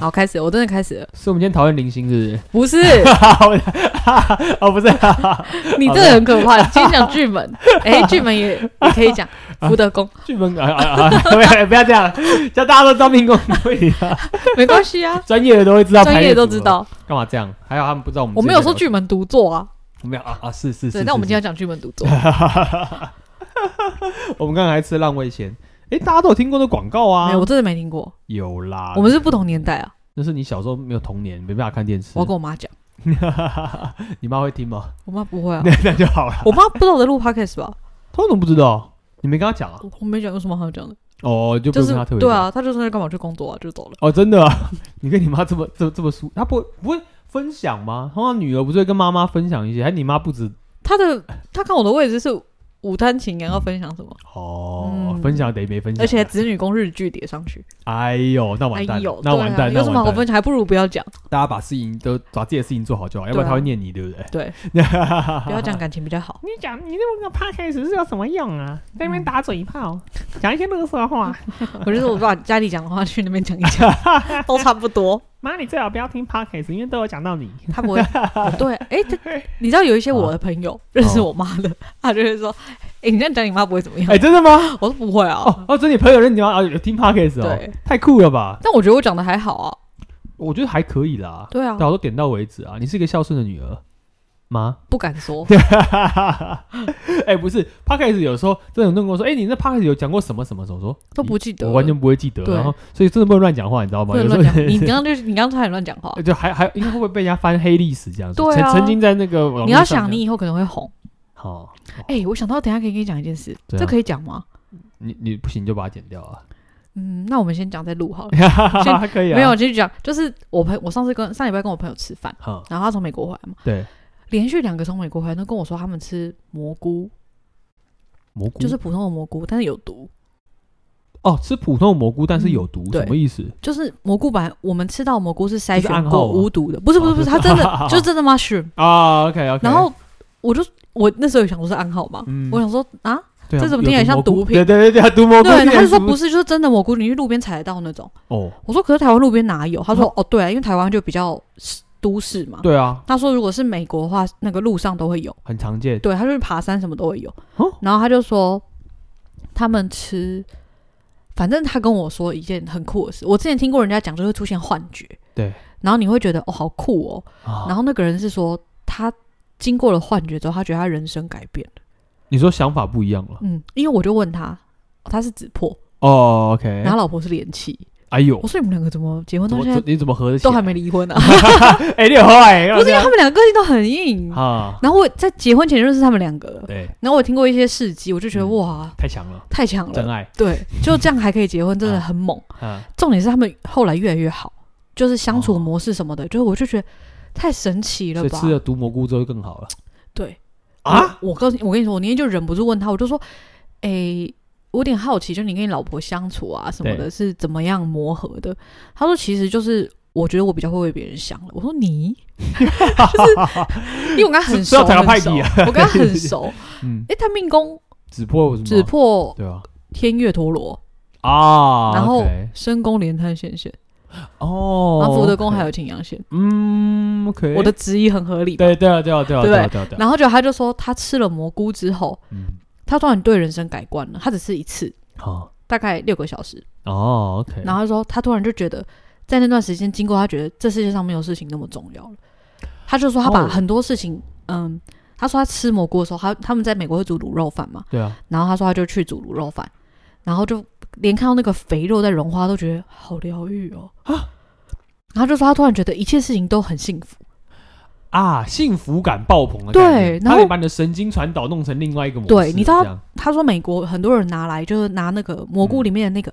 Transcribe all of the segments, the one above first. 好，开始，我真的开始了。是我们今天讨论零星，是不是？不 是，哦，不是，你这个很可怕。你今天讲巨门，哎、巨门也也可以讲福德宫， 剧本啊啊啊！不要不要这样，叫大家都当兵工会啊，没关系 啊，专业的都会知道，专业都知，道。干嘛这样？还有他们不知道我们，我没有说剧，本独坐啊，我没有啊啊，是是是。对，但我们今天要讲剧本独 坐。我们刚才还吃浪味仙，哎，大家都有听过的广告啊没有，，我真的没听过。有啦，我们是不同年代啊，那是你小时候没有童年，没办法看电视我要。跟我妈讲，你妈会听吗？ 我妈不会啊那，那就好了。我妈不知道我在录 podcast 吧？他们怎么不知道？你没跟他讲啊？我我没讲，有什么好 讲的？哦，就不就用是跟他特别对讲啊，她就算是干嘛去工作啊，就走了。哦，真的、啊， 你跟你妈这么这么这么熟，她不不会分享吗？通常女儿不是会跟妈妈分享一些，还你妈不止她的她看我的位置是午餐情感要分享什么，哦，嗯分享等于没分享，啊而且还子女宫日剧叠上去。哎呦，那哎完蛋了，呦，那对完啊蛋，有那什么好完蛋，分享？还不如不要讲。大家把事情都把自己的事情做好就好，要不对啊然她会念你，对不对？对， 不要讲感情比较好。你讲你那个 podcast 是有什么用啊？嗯在那边打嘴炮，讲一些垃圾话。我就是我把家里讲的话去那边讲一讲， 都差不多。妈，你最好不要听 podcast，因为都有讲到你。他不会，哦对，哎、他你知道有一些我的朋啊友认识我妈的，他就会说，哎、你这样讲你妈不会怎么样。 哎、真的吗？我说不会啊，哦哦，这你朋友认你吗？啊，有听 podcast 哦对，太酷了吧？但我觉得我讲的还好啊。我觉得还可以啦，对啊对，啊，我都点哦到为止啊。你是一个孝顺的女儿吗？ 不敢说，哎、不是 p o d c a s 有时候真的有人跟我说，哎、你那 p o d c a s 有讲过什么什么什么？我说都不记得我完全不会记得。对然后，所以真的不能乱讲话，你知道吗？不有能时乱候。讲。你刚刚就是你刚刚差点乱讲话 就还还应该会不会被人家翻黑历史这样子？对啊曾曾经在那个网络上哦你要想，你这样以后可能会红。好，哎、我想到，等一下可以跟你讲一件事，怎这样可以讲吗？你你不行就把它剪掉啊。嗯，那我们先讲再录好哎了。哈， 可以啊。没有，，继续讲。就是我朋，我上次跟上礼拜跟我朋友吃饭，好，然后他从美国回来嘛，对，连续两个从美国回来都跟我说他们吃蘑菇，蘑菇就是普通的蘑菇，但是有毒。哦，吃普通的蘑菇，但是有毒，嗯对什么意思？就是蘑菇版，我们吃到蘑菇是筛这是暗选号过吗无毒的，不是不是不是，它真的就是真的 mushroom。啊，OK OK。然后我就我那时候也想说是暗号嘛，嗯我想说啊，对啊这怎么听起来像有蘑菇毒品对对对对，毒蘑菇。对，啊他就说毒不是，就是真的蘑菇，你去路边采得到那种。哦，我说可是台湾路边哪有？他说哦对啊，因为台湾就比较都市嘛。对啊，他说如果是美国的话，那个路上都会有。很常见。对，他就是爬山什么都会有。哦然后他就说，他们吃，反正他跟我说一件很酷的事。我之前听过人家讲，就会出现幻觉。对。然后你会觉得哦，好酷哦。然然后那个人是说，他经过了幻觉之后，他觉得他人生改变了。你说想法不一样了。嗯，因为我就问他，哦他是紫破，哦，OK 然。后老婆是连气。哎呦我，说你们两个怎么结婚怎到么现在怎你怎么合得起都来？还没离婚啊？哎，你很坏，不是因为他们两个个性都很硬。啊，然后我在结婚前就认识他们两个了，对，然后我听过一些事迹，我就觉得嗯哇，太强了，太强了，真爱对，就这样还可以结婚，真的很猛。啊，重点是他们后来越来越好，就是相处哦模式什么的，就是我就觉得太神奇了所以吧吃？了毒蘑菇之后就更好了对啊！我我告诉你，我跟你说，我那天就忍不住问他，我就说，诶、我有点好奇，就你跟你老婆相处啊什么的，对是怎么样磨合的？他说，其实就是我觉得我比较会为别人想了。我说 你，就是因为我跟他很知熟，道才要很派熟，你啊我跟他很 熟。嗯，诶、他命宫纸破有什么？只破对啊，天月陀螺，啊，然后 OK 身宫连滩线线，哦，然后福德宫 OK 还有青阳线。嗯，OK，我的质疑很合理吧。对对啊对啊对啊对不对对啊对啊对啊，然后就他就说，他吃了蘑菇之后，嗯，他突然对人生改观了。他只吃一次，好，大概六个小时。哦，OK，然后他说，他突然就觉得，在那段时间经过，他觉得这世界上没有事情那么重要了。他就说，他把哦很多事情，嗯，他说他吃蘑菇的时候，他他们在美国会煮卤肉饭嘛，对啊，然后他说他就去煮卤肉饭，然后就连看到那个肥肉在融化，都觉得好疗愈哦。啊然后他就说，他突然觉得一切事情都很幸福。啊，幸福感爆棚的对概念，然他得后把你的神经传导弄成另外一个模式，对你知道这样他说美国很多人拿来就是拿那个蘑菇里面的那个，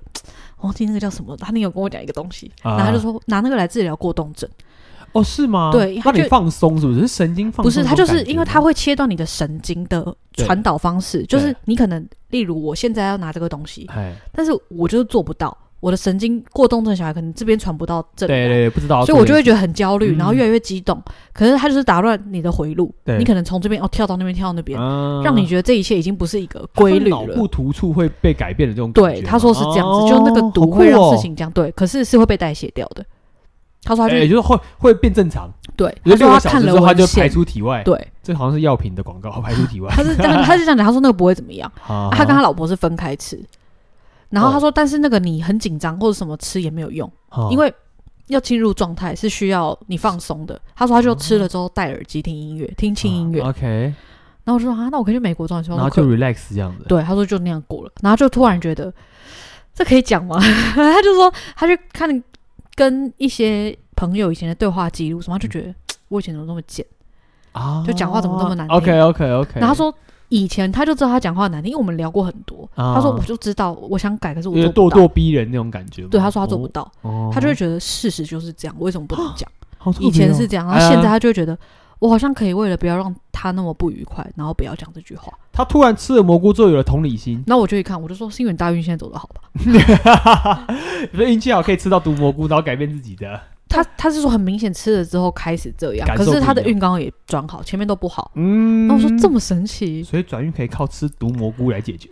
忘记那个叫什么，他那个跟我讲一个东西，嗯啊然后他就说拿那个来治疗过动症，哦是吗？对他让你就放松是不是？是神经放松，不是他就是因为他会切断你的神经的对传导方式，就是对你可能例如我现在要拿这个东西，哎，但是我就是做不到，我的神经过动症小孩可能这边传不到这对里来对对，不知道，所以我就会觉得很焦虑，嗯然后越来越激动，可是他就是打乱你的回路，对你可能从这边哦跳到那边跳到那边，嗯让你觉得这一切已经不是一个规律它会了脑。部突触会被改变的这种感觉吗。对，他说是这样子，哦就那个毒会让事。好酷哦情这样。对，可是是会被代谢掉的。他说他哎、去就是会会变正常，对，就是他六说个他小看时了之后它文就排献，出体外。对，这好像是药品的广告，排出体外。 他是这样，他是这样讲，他说那个不会怎么样， 啊他跟他老婆是分开吃，然后哦他说，但是那个你很紧张或者什么吃也没有用，他因为要进入状态是需要你放松的。他说他就吃哦了之后戴耳机听音乐，听轻音乐。啊 OK，然后我就说啊，那我可以去美国找你说，哦然后就 relax 这样子。对，他说就那样过了，然后就突然觉得这可以讲吗？ 他就说他去看跟一些朋友以前的对话记录什么，他嗯就觉得、我以前怎么那么贱，啊，就讲话怎么这么难听 OK OK OK。然后他说。以前他就知道他讲话难听，因为我们聊过很多。他说啊我就知道我想改，可是我有点做咄不到。咄逼人那种感觉吗。对，他说他做不到，哦，他就会觉得事实就是这样，为什么不能讲？好特别哦以前是这样，然后现在哎呀他就会觉得，我好像可以为了不要让他那么不愉快，然后不要讲这句话。他突然吃了蘑菇之后有了同理心， 然后我就一看，我就说是因为你大运现在走得好吧？所以运气好可以吃到毒蘑菇，然后改变自己的。他他是说很明显吃了之后开始这样，感可受是他不一的样运刚好也转好，前面都不好。嗯那我说这么神 奇，所以转运可以靠吃毒蘑菇来解决。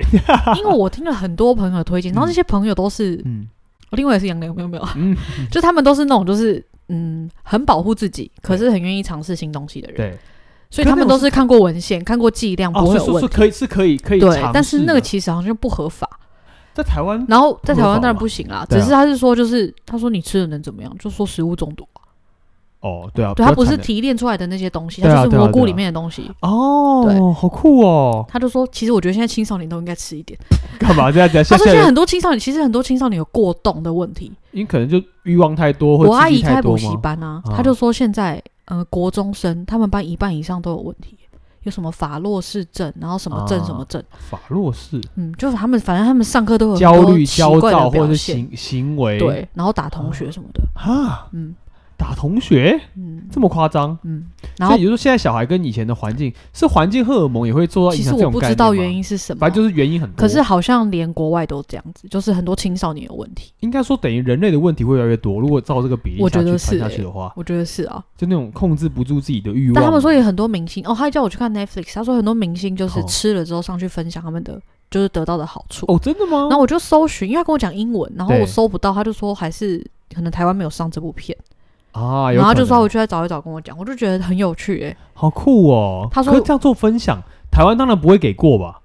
因为我听了很多朋友的推荐，然后这些朋友都是，嗯我另外也是杨柳，没有没有，嗯， 就他们都是那种就是嗯很保护自己，可是很愿意尝试新东西的人，对。所以他可是们那都种是看过文献、看过剂量，哦，不所会以有说问是题。可以是可以可以尝试对的，，但是那个其实好像不合法，在台湾然后在不合台湾法当然吧不行啦，对只啊是他是说就是他说你吃了能怎么样，就说食物中毒啊，哦，对啊，对，比它较不是惨的提炼出来的那些东西，对啊它就是对啊蘑菇对啊里面的东西。哦，好酷哦，他就说，其实我觉得现在青少年都应该吃一点。干嘛这样讲？他现哦说现在在很多青少年，其实很多青少年有过动的问题。你可能就欲望太多，或我阿刺姨激太开多补习吗？班啊，啊她就说现在呃国中生他们班一半以上都有问题，有什么法洛氏症，然后什么症啊什么症，法洛氏嗯，就是他们反正他们上课都有很焦多虑、奇焦怪的躁或表者是现，行行为，对，然后打同学什么的，啊，嗯打同学嗯这么夸张？嗯，然所后以也就是说，现在小孩跟以前的环境是环境荷尔蒙也会做到影其实响这我种不概念知道吗原，因是什么啊反，正就是原因很多。可是好像连国外都这样子，就是很多青少年有问题，应该说，等于人类的问题会越来越多。如果照这个比例我下觉去得传是下欸去的话，我觉得是啊。就那种控制不住自己的欲望。但他们说有很多明星哦，他还叫我去看 Netflix，他说很多明星就是哦吃了之后上去分享他们的就是得到的好处。哦，真的吗？然后我就搜寻，因为他跟我讲英文，然后对我搜不到，他就说还是可能台湾没有上这部片，啊，有然后他就可说能我去再找一找，跟我讲，我就觉得很有趣哎、好酷哦。他说可是这样做分享，台湾当然不会给过吧？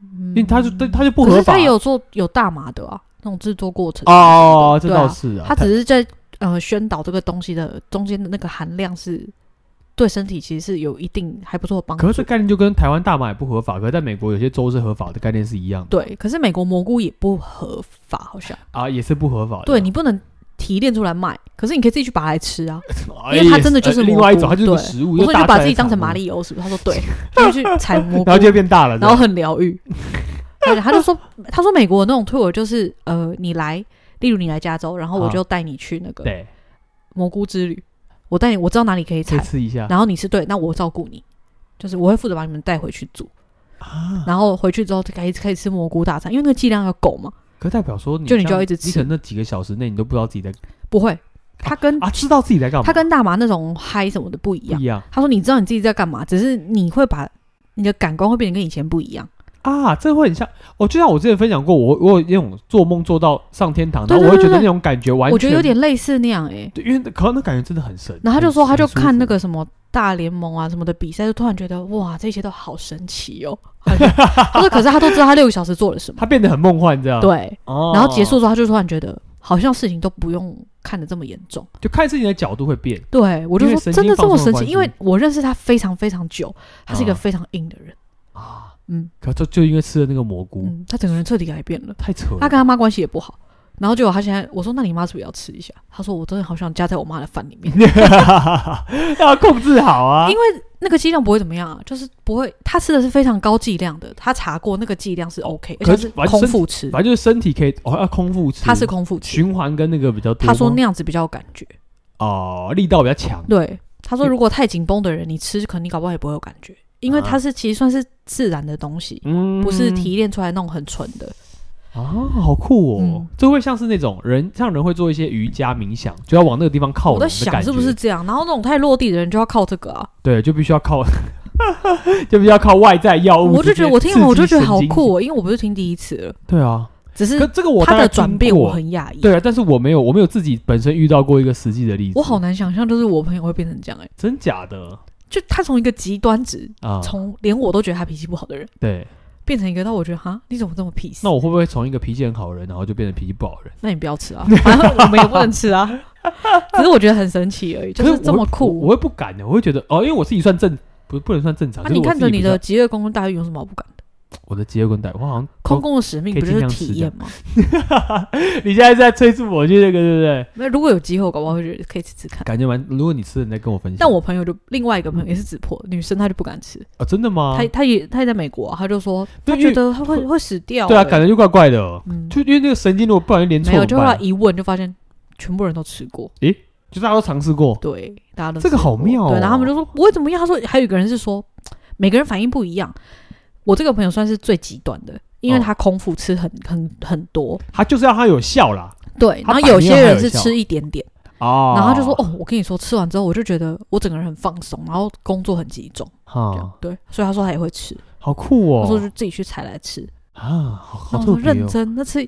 嗯因为他就他他就不可合是法他也有做有大麻的啊，那种制作过程哦，这对啊倒是啊。他只是在呃宣导这个东西的中间的那个含量是对身体其实是有一定还不错的帮可是助这。概念就跟台湾大麻也不合法，可是在美国有些州是合法的概念是一样的对，可是美国蘑菇也不合法，好像啊，也是不合法的。对你不能提炼出来卖，可是你可以自己去拔来吃啊。哎，因为它真的就是蘑呃另菇外一种，它就是个对食物， 我说你大就把自自然己当产成物马，里欧是不是？他说 对，就去采蘑菇然后，就变大了，然后很疗愈。 而且他就说，他说美国那种 tour 就是呃，你来，例如你来加州，然后我啊就带你去那个对，蘑菇之旅，我带你，我知道哪里可以可以采，吃一下然后你是对，那我照顾你，就是我会负责把你们带回去住，啊。然后回去之后就可以可以吃蘑菇大餐，因为那个剂量要够嘛，可代表说你就你就这样要一直你吃可能那几个小时内你都不知道自己在不会，他跟、啊，知道自己在干嘛，嗯他跟大麻那种嗨什么的不一不样一。样他说你知道你自己在干嘛，只是你会把你的感官会变得跟以前不一样。啊，这会很像哦，就像我之前分享过，我我有那种做梦做到上天堂，然对后对我会觉得对对那种感觉完全，我觉得有点类似那样哎、欸。对，因为可能那感觉真的很神。然后他就很说，他很就舒服看那个什么大联盟啊什么的比赛，就突然觉得哇，这些都好神奇哦。他说，可是他都知道他六个小时做了什么，他变得很梦幻这样，，对。哦、然后结束之后，他就突然觉得好像事情都不用看得这么严重。就看事情的角度会变，对我就因为说神经真的这么神放松的关奇，系因为我认识他非常非常久，他是一啊个非常硬的人，嗯可就就因为吃了那个蘑菇，嗯，他整个人彻底改变了。太扯了。他跟他妈关系也不好。然后结果他现在我说那你妈是不是也要吃一下？他说我真的好想加在我妈的饭里 面，要控制好啊因！为那个剂量不会怎么样啊，就是不会。他吃的是非常高剂量的，他查过那个剂量是 OK，而可且是是完空腹吃，反正就是身体可以哦，要空腹吃，他是空腹吃。循环跟那个比较多吗。他说那样子比较有感觉。哦，力道比较强，对，他说嗯如果太紧绷的人，你吃肯定搞不好也不会有感觉，因为啊它是其实算是自然的东西，嗯，不是提炼出来那种很纯的。啊，好酷哦！嗯这会像是那种人，像人会做一些瑜伽冥想，就要往那个地方靠我拢在的想感觉是不是这样，然后那种太落地的人就要靠这个啊。对，就必须要靠， 就必须要靠外在药物我直就接刺激神哦觉经。得我听完我就觉得好酷、哦，因为我不是听第一次了，对啊，只是可这个我他大概的听转变我过很讶异。对啊，但是我没有，我没有自己本身遇到过一个实际的例子。我好难想象，就是我朋友会变成这样、欸，哎，真假的就他从一个极端值，啊？从连我都觉得他脾气不好的人，对，变成一个让我觉得哈，你怎么这么 peace？那我会不会从一个脾气很好的人，然后就变成脾气不好的人？那你不要吃啊，反正我们也不能 吃啊。只是我觉得很神奇而已，就可是这么我会我酷。我会不敢的，我会觉得哦，因为我自己算正，不不能算正常。那、就啊你是我看自着己你比较的极乐空中大狱有什么好不敢的？我的结婚带，我好像空宫的使命可以不就是尽量吃体的验吗？ 你现在是在催促我去那个，对不对？那如果有机会，我搞不好会觉得可以吃吃看。感觉蛮，如果你吃了，你再跟我分享。但我朋友就另外一个朋友也是直破女生，她就不敢吃，哦，真的吗她？她也她也在美国啊、她就说她对因觉为得她会会死掉、对啊，欸感觉就怪怪的哦，嗯，就因为那个神经如果不小心连错没有，怎就么后来办？一问就发现全部人都吃过，就大家都尝试过，对，大家都这个吃好过妙哦对，然后他们就说不会怎么样，他说还有一个人是说每个人反应不一样，我这个朋友算是最极端的。因为哦他空腹吃很很很多，他就是要他有效啦。对，他然后反应有些还有人是效吃一点点，哦，然后他就说哦，我跟你说，吃完之后我就觉得我整个人很放松，然后工作很集中，这样哈，对，所以他说他也会吃，好酷他说就哦，自己去采来吃，啊，好好然特后我说别认哦。真，那次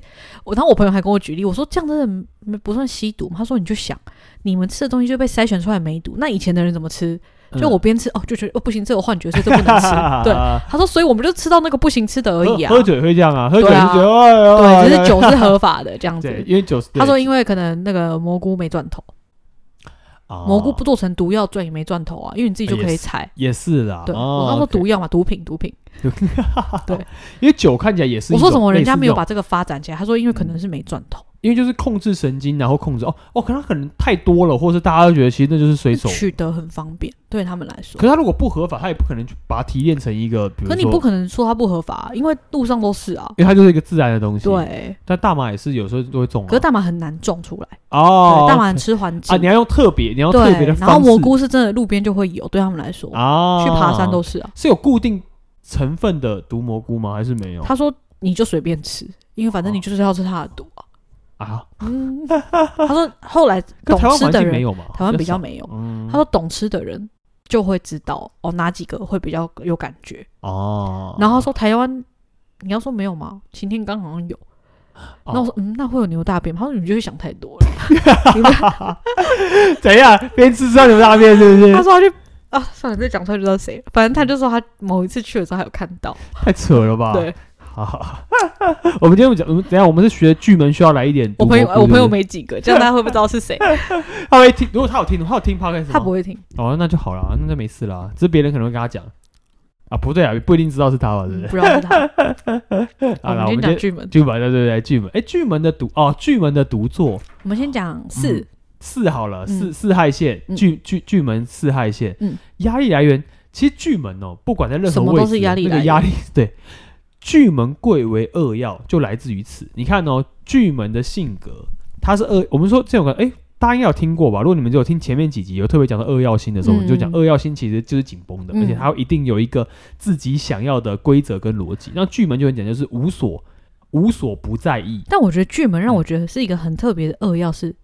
我，然后我朋友还跟我举例，我说这样真的没不算吸毒吗？他说你就想，你们吃的东西就被筛选出来没毒，那以前的人怎么吃？嗯就我边吃、哦就觉得哦不行，这有幻觉，所以这不 能吃。对，他说所以我们就吃到那个不行吃的而已啊喝。喝酒也会这样啊，喝酒对就啊觉得哎呦，对，只哎是酒是合法的这样子。对，因为酒是他说因为可能那个蘑菇没赚头，哦蘑菇不做成毒药赚也没赚头啊，因为你自己就可以采。也是啦，对，哦我刚说 OK 毒药嘛，毒品，毒品。因为酒看起来也是一我说种类似这种。嗯怎么人家没有把这个发展起来？他说因为可能是没赚头，因为就是控制神经，然后控制哦哦，可能他可能太多了，或者是大家都觉得其实那就是随手。取得很方便，对他们来说可。是他如果不合法，他也不可能去把它提炼成一个，比如可说，你不可能说它不合法、啊因为路上都是啊。因为它就是一个自然的东西。，对，但大麻也是有时候都会中、啊。可是大麻很难种出来，哦对，，大麻很吃环境、啊，你要用特别，你要特别对的，然后方式。蘑菇是真的路边就会有，对他们来说，啊，去爬山都是啊。是有固定成分的毒蘑菇吗？还是没有？他说你就随便吃，因为反哦正你就是要吃它的毒 啊。啊，嗯，他说后 来跟懂台湾吃环的境没人，有嘛？台湾比较少。没有。嗯，他说懂吃的人就会知道哦，哪几个会比较有感觉。哦，然后他说台湾，你要说没有吗？晴天刚好像有。哦那我说嗯，那会有牛大便吗？他说你就是想太多了。你们 怎样？边吃上牛大便是不他是？ 说他去啊，算了，这讲出来就知道谁了。反正他就说他某一次去的时候还有看到，太扯了吧？对好好，好 我们今天我们讲，我们等一下我们是学巨门，需要来一点我毒蘑朋菇。友，我朋是友不是，没几 个，这样大家会不知道是谁。他会听，如果他有听，他有听 podcast，吗他不会听，哦，那就好了，那就没事啦。只是别人可能会跟他讲啊，不对啊，不一定知道是他吧，对不嗯对？不知道是他。 嗯我们先好啦我们讲先剧门，巨门的，对对对，巨门，哎，巨门的独哦，巨门的独作我们先讲四嗯，四好了，四嗯四害线，嗯巨巨巨门四害线，嗯压力来源其实巨门哦，不管在任何什么位都置，是压力那个来压源力 对。巨门贵为恶药，就来自于此。你看哦，巨门的性格，它是恶。我们说这种个，哎，大家应该有听过吧？如果你们只有听前面几集有特别讲到恶药星的时候，我们就讲嗯恶药星其实就是紧绷的，而且嗯它一定有一个自己想要的规则跟逻辑。那巨门就很讲，就是无所无所不在意，但我觉得剧门让我觉得是一个很特别的恶药，是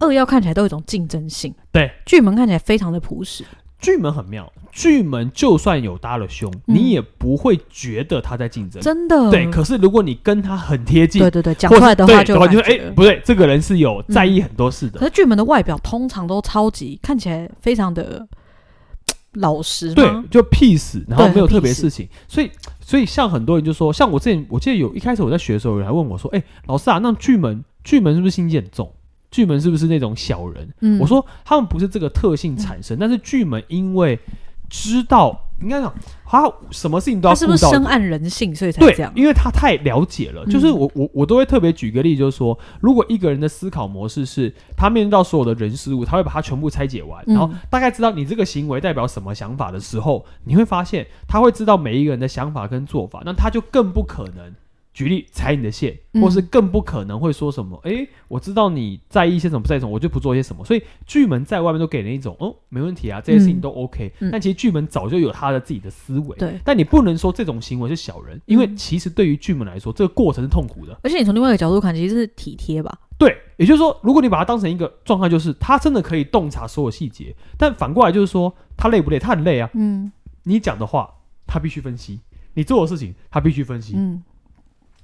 恶药看起来都有一种竞争性，对，剧门看起来非常的朴实，巨门很妙，巨门就算有搭了胸，嗯你也不会觉得他在竞争。真的。对，可是如果你跟他很贴近，对对对，讲或出是来的话就对有话感就觉嗯是哎、不对，这个人是有在意很多事的。可是剧门的外表通常都超级看起来非常的老实吗，对，就 peace，然后对没有特别 peace 事情，所以所以像很多人就说，像我之前我记得有一开始我在学的时候，有人还问我说，哎、老师啊，那巨门巨门是不是心机很重？巨门是不是那种小人？嗯我说他们不是这个特性产生，但是巨门因为知道应该讲他什么事情都要他是顾不是到深谙人性，所以才对这样，？因为他太了解了，就是嗯我我我都会特别举个例，就是说，如果一个人的思考模式是他面对到所有的人事物，他会把它全部拆解完，嗯然后大概知道你这个行为代表什么想法的时候，你会发现他会知道每一个人的想法跟做法，那他就更不可能。举例踩你的线，嗯或是更不可能会说什么。诶，我知道你在意些什么，不在意什么，我就不做些什么。所以巨门在外面都给人一种，哦，没问题啊，这些事情嗯都 OK、嗯但其实巨门早就有他的自己的思维，对但你不能说这种行为是小人，嗯因为其实对于巨门来说，这个过程是痛苦的。而且你从另外一个角度看，其实是体贴吧？对，也就是说，如果你把它当成一个状态，就是他真的可以洞察所有细节，但反过来就是说，他累不累？他很累啊。嗯你讲的话，他必须分析；你做的事情，他必须分析。嗯，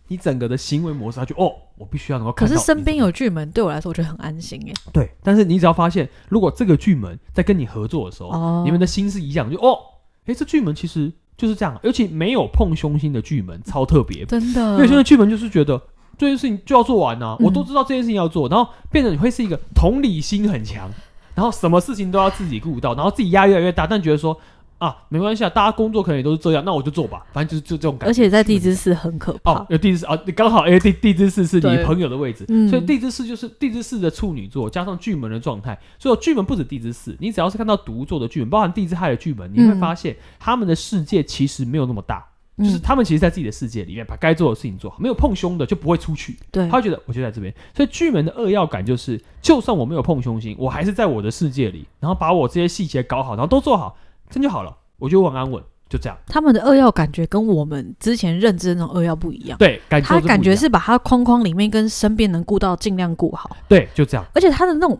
你整个的行为模式，他就哦，我必须要能够可看到。是身边有巨门，对我来说我觉得很安心哎。对，但是你只要发现，如果这个巨门在跟你合作的时候，哦，你们的心是一样，就哦，诶，这巨门其实就是这样，而且没有碰凶星的巨门超特别，真的因为现在巨门就是觉得这件事情就要做完啊，嗯我都知道这件事情要做，然后变得你会是一个同理心很强，然后什么事情都要自己顾到，然后自己压越来越大，但觉得说啊，没关系啊，大家工作可能也都是这样，那我就做吧，反正就是就这种感觉。而且在地之四很可哦怕，，有地支啊，你刚好哎，地地支四是你对朋友的位置，嗯所以地支四就是地支四的处女座加上巨门的状态，所以巨门不止地支四，你只要是看到独坐的巨门，包含地支亥的巨门，你会嗯发现他们的世界其实没有那么大，嗯就是他们其实在自己的世界里面把该做的事情做好，没有碰凶的就不会出去，对他会觉得我就在这边，所以巨门的恶要感就是，就算我没有碰凶星，我还是在我的世界里，然后把我这些细节搞好，然后都做好，这样就好了，我就很安稳，就这样，他们的恶药感觉跟我们之前认知的那种恶药不一样。对，感觉他不感一觉样是把他框框里面跟身边能顾到尽量顾好，对，就这样，而且他的那种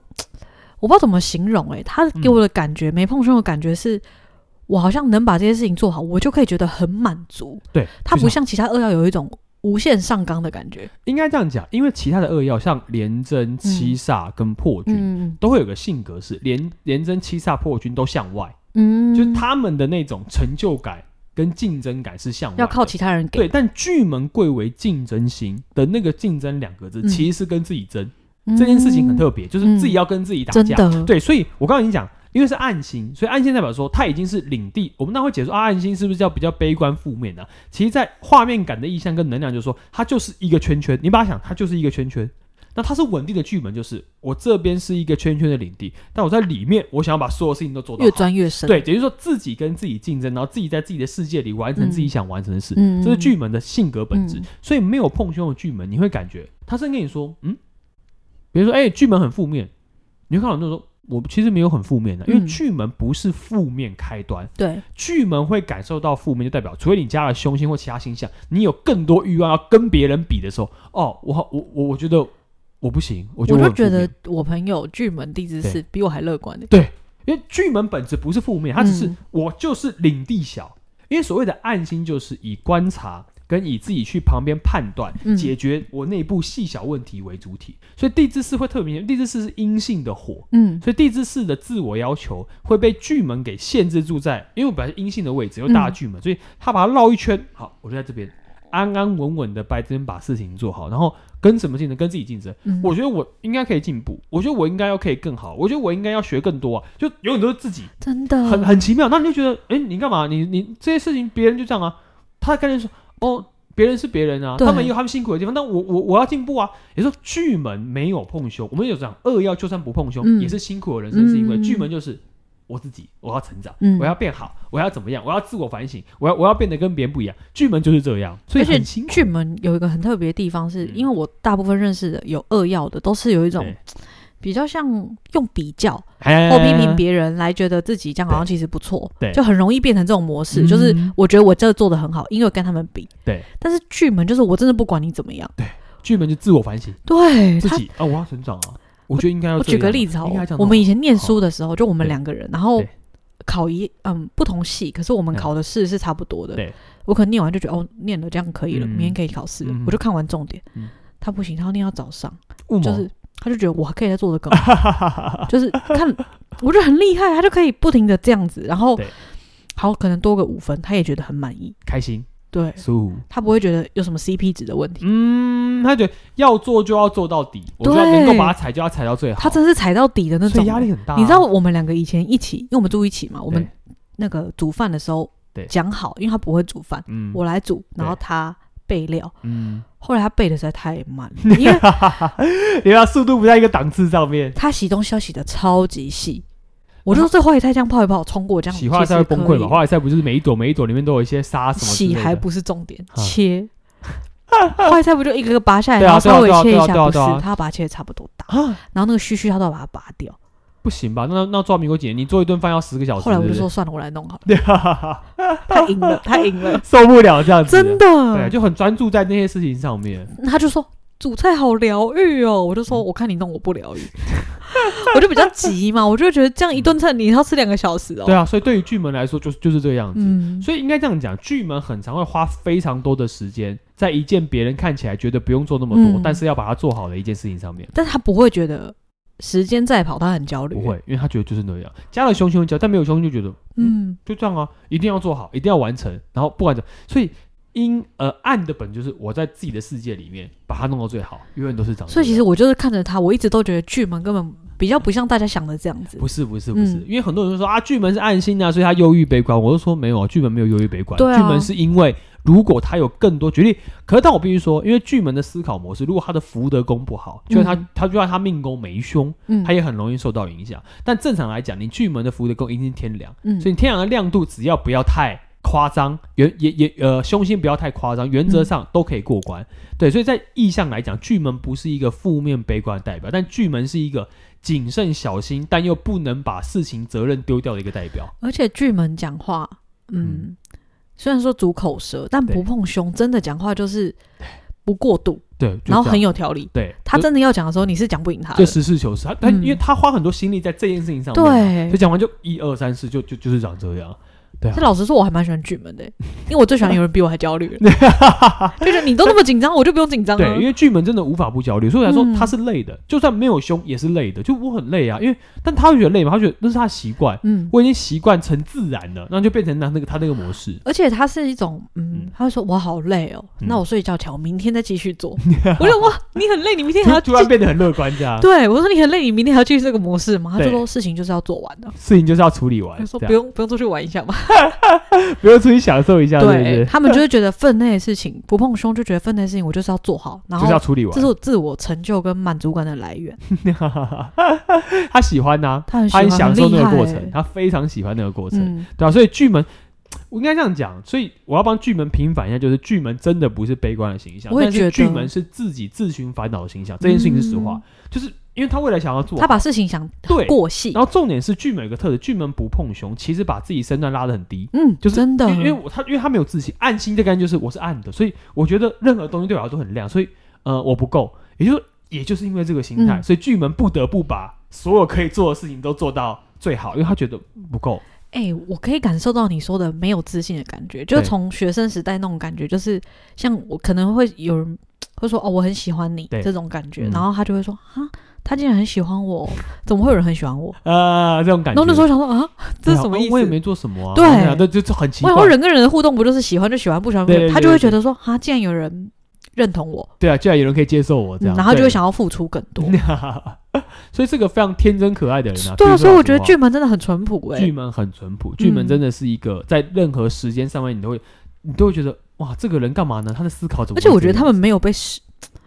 我不知道怎么形容嗯诶、他给我的感觉、没碰胸的感觉是，我好像能把这些事情做好，我就可以觉得很满足。对，他就不这样像其他恶药有一种无限上纲的感觉。应该这样讲，因为其他的恶药像廉贞、七煞跟破军，嗯都会有个性格是廉廉贞、七煞、破军都向外，嗯就是他们的那种成就感跟竞争感是向外的，要靠其他人给。对，但巨门贵为竞争星的那个“竞争”两个字，嗯其实是跟自己争、嗯这件事情很特别，就是自己要跟自己打真架。的。对，所以我刚刚已经讲，因为是暗星，所以暗星代表说它已经是领地。我们那会解说啊，暗星是不是叫比较悲观负面呢、啊其实，在画面感的意象跟能量，就是说它就是一个圈圈。你把它想，它就是一个圈圈。那它是稳定的巨门，就是我这边是一个圈圈的领地，但我在里面，我想要把所有事情都做到越好。钻越深。对，也就是说自己跟自己竞争，然后自己在自己的世界里完成自己嗯想完成的事。嗯，嗯，这是巨门的性格本质。嗯所以没有碰凶的巨门，你会感觉他是跟你说，嗯，比如说，哎、巨门很负面，你会看到很多人说，我其实没有很负面的，因为嗯巨门不是负面开端，对，巨门会感受到负面，就代表除非你加了凶星或其他星象，你有更多欲望要跟别人比的时候，哦，我好我我我觉得我不行，我我觉得就很负觉得面。我朋友巨门地之四比我还乐观呢。因为巨门本质不是负面，它只是嗯我就是领地小。因为所谓的暗星，就是以观察跟以自己去旁边判断，嗯解决我内部细小问题为主体。所以地支四会特别明显，地支四是阴性的火，嗯所以地支四的自我要求会被巨门给限制住在，因为我本来是阴性的位嗯置，又大巨门，所以他把它绕一圈，好，我就在这边。安安稳稳的把这边把事情做好，然后跟什么竞争？跟自己竞争。嗯，我觉得我应该可以进步，我觉得我应该要可以更好，我觉得我应该要学更多啊！就永远都是自己，真的很很奇妙。那你就觉得，哎、你干嘛？你你这些事情别人就这样啊？他概念说，哦，别人是别人啊，对他们也有他们辛苦的地方，但我我我要进步啊。也就是说巨门没有碰凶，我们有讲二要就算不碰凶、嗯也是辛苦的人生，是因为嗯巨门就是。我自己，我要成长，嗯我要变好，我要怎么样？我要自我反省，我要我要变得跟别人不一样。巨门就是这样，所以而且很辛苦。巨门有一个很特别的地方是，嗯因为我大部分认识的有恶药的，都是有一种对比较像用比较或或批哎评别人来觉得自己这样好像其实不错，对嗯就很容易变成这种模式，就是我觉得我这做的很好，因为跟他们比，对。但是巨门就是我真的不管你怎么样，巨门就自我反省，对自他。己啊，我要成长啊，我觉得应该要我这举个样啊例子好应该这了样，我们弄以前念书的时候，就我们对两个人，然后对考一嗯不同系，可是我们嗯考的试是差不多的。对，我可能念完就觉得哦，念了这样可以了，嗯明天可以考试了嗯哼我就看完重点嗯。他不行，他要念到早上，物就谋是他就觉得我还可以再做的更好， 就是看我觉得很厉害，他就可以不停的这样子，然后对好可能多个五分，他也觉得很满意，开心对舒服。他不会觉得有什么 CP 值的问题，嗯，他觉得要做就要做到底，我就要能够把它踩就要踩到最好。他真的是踩到底的那所种以。压力很大啊、你知道我们两个以前一起，因为我们住一起嘛，我们对那个煮饭的时候对讲好，因为他不会煮饭，嗯，我来煮，然后对他备料。嗯，后来他备的实在太慢 了，因为因为他速度不在一个档次上面，他洗东西要洗的超级细，我就说最后一菜这样泡一泡，冲过这样洗花菜会崩溃嘛？花菜不就是每一朵每一朵里面都有一些沙什么之类洗的？还不是重点，啊切。坏菜不就一个个拔下来， 对啊然后稍微对啊切对啊一下，对啊不是对啊对啊，他要把它切的差不多大，啊，然后那个须须他都要把它拔掉。不行吧？那那做民国几年？你做一顿饭要十个小时？后来我对就哦不说算了，我来弄好了，对，哈 哈哈他赢了，他赢 了，受不了这样子，真对，啊的。就很专注在那些事情上面。他就说煮菜好疗愈哦，我就说嗯我看你弄我不疗愈， 我就比较急嘛，我就觉得这样一顿菜你要吃两个小时哦。对啊，所以对于巨门来说，就是就是这个样子。嗯，所以应该这样讲，巨门很常会花非常多的时间在一件别人看起来觉得不用做那么多，嗯但是要把它做好的一件事情上面。但是他不会觉得时间在跑，他很焦虑。不会，因为他觉得就是那样，加了熊熊脚，但没有熊熊就觉得嗯，就这样啊，一定要做好，一定要完成，然后不管怎么，所以阴呃暗的本就是我在自己的世界里面把它弄到最好，永远都是长这样。所以其实我就是看着他，我一直都觉得巨门根本比较不像大家想的这样子。不是不是不是，嗯因为很多人都说啊，巨门是暗星啊，所以他忧郁悲观。我就说没有啊，巨门没有忧郁悲观，对啊巨门是因为如果他有更多举例，可是但我必须说，因为巨门的思考模式，如果他的福德宫不好，就算他、嗯他就算他命宫没凶，嗯他也很容易受到影响。但正常来讲，你巨门的福德宫一定是天梁，嗯所以你天梁的亮度只要不要太夸张，原也也呃凶星不要太夸张，原则上都可以过关。对，所以在意象来讲，巨门不是一个负面悲观的代表，但巨门是一个谨慎小心，但又不能把事情责任丢掉的一个代表。而且巨门讲话，嗯，虽然说主口舌，但对不碰胸，真的讲话就是不过度，对，就然后这样很有条理。对，他就真的要讲的时候，你是讲不赢他就的。实事求是，他他、嗯因为他花很多心力在这件事情上面嘛，对所以，讲完就一二三四，就就就是长这样。对啊这，老实说，我还蛮喜欢巨门的，欸因为我最喜欢有人比我还焦虑 了，就是你都那么紧张，我就不用紧张啊对，了因。为巨门真的无法不焦虑，所以来说嗯他是累的，就算没有凶也是累的，就我很累啊，因为但他会觉得累嘛，他觉得那是他的习惯，嗯，我已经习惯成自然了，那就变成他那个他那个模式。而且他是一种，嗯嗯，他会说我好累哦，嗯那我睡觉前，我明天再继续 做。我说哇，你很累，你明天还要继突突然变得很乐观，这样对我说你很累，你明天还要继续这个模式吗？他就对说事情就是要做完的。事情就是要处理完他，说这不样用不用出去玩一下吗？不用出去享受一下，是不对是？他们就是觉得分内的事情不碰胸，就觉得分内的事情我就是要做好，然就是要后处理这完是。我自我成就跟满足感的来源。 他喜欢呐、他很喜他欢很享受那个过程，很厉害欸他非常喜欢那个过程，嗯，对啊。所以巨门，我应该这样讲，所以我要帮巨门平反一下，就是巨门真的不是悲观的形象，我也但觉是得嗯巨门是自己自寻烦恼的形象，这件事情是实话，就是因为他未来想要做他把事情想对过细，然后重点是巨门有个特质，巨门不碰胸，其实把自己身段拉得很低。嗯，就是真的，因为因为我他因为他没有自信，暗心的概念就是我是暗的，所以我觉得任何东西对我来说都很亮，所以呃我不够，也就也就是因为这个心态，嗯所以巨门不得不把所有可以做的事情都做到最好，因为他觉得不够。哎、我可以感受到你说的没有自信的感觉，就对从学生时代那种感觉，就是像我可能会有人会说哦，我很喜欢你对这种感觉，嗯然后他就会说啊，他竟然很喜欢我，怎么会有人很喜欢我？呃，这种感嗯然觉。后那时候想说啊， 这是什么对啊意思？我也没做什么啊。对对啊，那就就很奇我怪想。说人跟人的互动不就是喜欢就喜欢，不喜欢不喜欢对对对他就会觉得说啊，既然有人认同我，对啊，居然有人可以接受我这样，嗯然后就对会。想要付出更多。 所以是个非常天真可爱的人啊。对啊，说所以我觉得实话巨门真的很淳朴哎、巨门很淳朴，巨门嗯真的是一个在任何时间上面，你都会，你都会觉得哇，这个人干嘛呢？他的思考怎而么会这且样？我觉得他们没有被社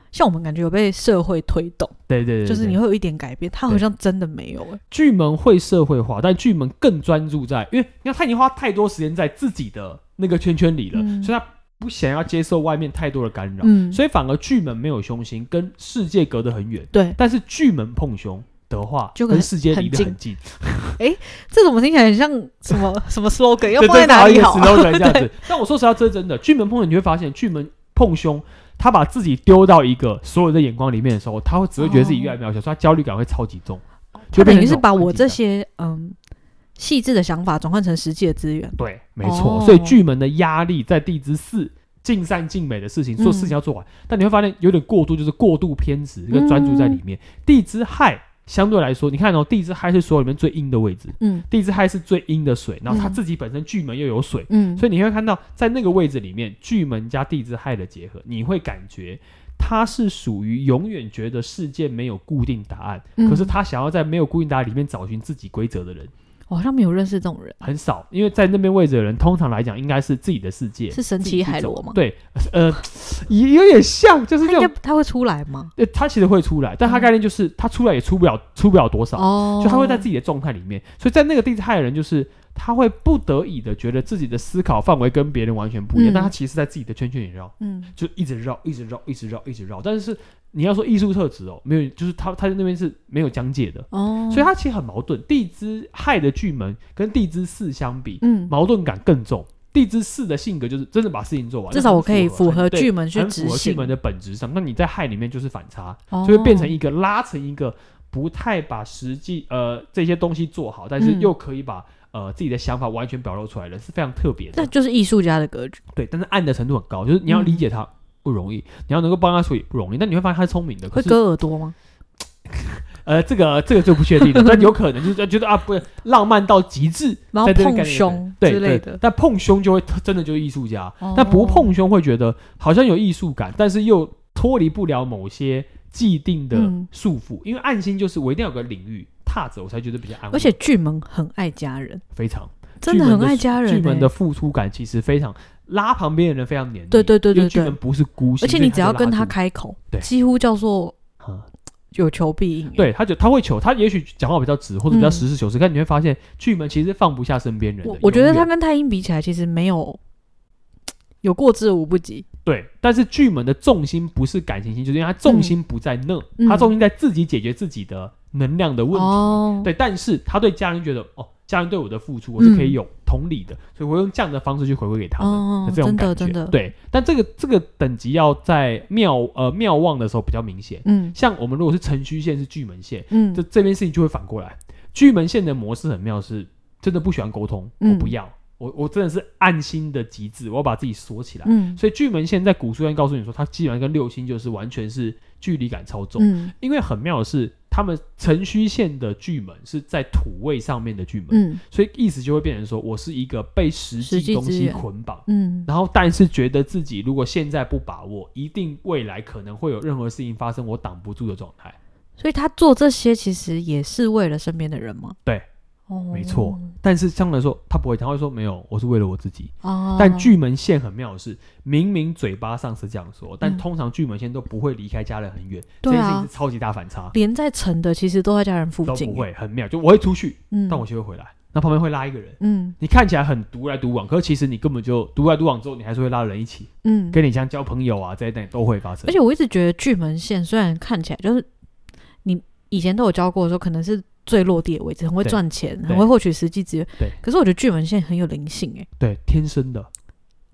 像我们感觉有被社会推动，对对对，就是对你会有一点改变，他好像真的没有哎、巨门会社会化，但巨门更专注在，因为你看他已经花太多时间在自己的那个圈圈里了，嗯所以他不想要接受外面太多的干扰，嗯，所以反而巨门没有凶星，跟世界隔得很远，对，但是巨门碰凶。的话，就跟很世界离得很很近，这怎么听起来很像什么什么 slogan？要对放在哪里好啊、这是一个 slogan 这样子。但我说实话，这是真的。巨门碰你会发现，巨门碰凶，他把自己丢到一个所有的眼光里面的时候，他会只会觉得自己越来越渺小，所以他焦虑感会超级重。哦他就等变成于一是种把我安静这感些嗯细致的想法转换成实际的资源。对，没错。哦所以巨门的压力在地支四。尽善尽美的事情，做事情要做完，但你会发现有点过度，就是过度偏执跟专注在里面。嗯地支亥相对来说，你看哦，地支亥是所有里面最阴的位置，嗯地支亥是最阴的水，然后他嗯自己本身巨门又有水，嗯，所以你会看到，在那个位置里面，巨门加地支亥的结合，你会感觉他是属于永远觉得世界没有固定答案，嗯可是他想要在没有固定答案里面找寻自己规则的人我好像没有认识这种人，很少，因为在那边位置的人，通常来讲应该是自己的世界，是神自奇己去海走螺吗？对，呃， 也有点像，就是他那应该种，不他会出来吗？呃他其实会出来，但他概念就是他出来也出不了，出不了多少。哦，就他会在自己的状态里面，所以在那个地支害人，就是他会不得已的觉得自己的思考范围跟别人完全不一样，嗯但他其实在自己的圈圈里绕，嗯就一直绕，一直绕，一直绕，一直绕。但是你要说艺术特质哦，没有，就是他他在那边是没有疆界的，哦，所以他其实很矛盾。地支亥的巨门跟地支巳相比，嗯，矛盾感更重。地支巳的性格就是真的把事情做完，至少我可以很符符合合巨门对去很执符合巨行，门的本质上。那你在亥里面就是反差，哦就会变成一个拉成一个不太把实际呃这些东西做好，但是嗯又可以把、呃自己的想法完全表露出来的，是非常特别那嗯的。就是艺术家的格局。对，但是暗的程度很高，就是你要理解它。不容易，你要能够帮他处理不容易。但你会发现他是聪明的，可会是割耳朵吗？呃，这个这个就不确定了，但有可能就是觉得啊，不是浪漫到极致，然后在这个概碰念胸对之类对的，但碰胸就会真的就是艺术家，哦但不碰胸会觉得好像有艺术感，但是又脱离不了某些既定的嗯束缚。因为暗心就是我一定要有个领域踏着，我才觉得比较安稳。而且巨门很爱家人，非常真巨门很的爱家人、欸。巨门的付出感其实非常拉旁边的人非常黏腻。对对对因为对巨门对，不是孤星，而且所以你只要就跟拉他住开口对，几乎叫做嗯有求必应欸。对，他就他会求他，也许讲话比较直或者比较嗯实事求是，但你会发现巨门其实放不下身边人的我我觉得永他远跟太阴比起来，其实没有有过之而无不及。对，但是巨门的重心不是感情心，就是因为他重心不在那，嗯他重心在自己解决自己的能量的问题。哦，对，但是他对家人觉得哦，家人对我的付出我是可嗯以有同理的，所以我用这样的方式去回馈给他们。哦，这种真感的觉，真的，，对，但这个这个等级要在妙呃妙望的时候比较明显。嗯像我们如果是辰戌线是巨门线，嗯这，这边事情就会反过来。巨门线的模式很妙是，真的不喜欢沟通，我嗯不要，我我真的是暗心的极致，我要把自己锁起来。嗯所以巨门线在古书上告诉你说，它基本上跟六星就是完全是距离感超重。嗯因为很妙的是，他们辰戌线的巨门是在土位上面的巨门，嗯所以意思就会变成说，我是一个被实实际际东资西源捆绑。嗯，然后，但是觉得自己如果现在不把握，一定未来可能会有任何事情发生，我挡不住的状态。所以他做这些其实也是为了身边的人吗？对，哦，没错但是相对来说，他不会，他会说没有，我是为了我自己。哦，但巨门线很妙的是，明明嘴巴上是这样说，但嗯通常巨门线都不会离开家人很远，这对件事情啊是，超级大反差，连在城的其实都在家人附都近，欸不，会很妙。就我会出去，嗯，但我就会回来，那旁边会拉一个人。嗯你看起来很独来独往，可是其实你根本就独来独往之后，你还是会拉人一起，嗯，跟你像交朋友啊这些等都会发生而。且我一直觉得巨门线虽然看起来就是你以前都有教过的时候，可能是最落地的位置，很会对赚钱，对很会获取实际资源。对可是我觉得巨门线很有灵性诶、对，天生的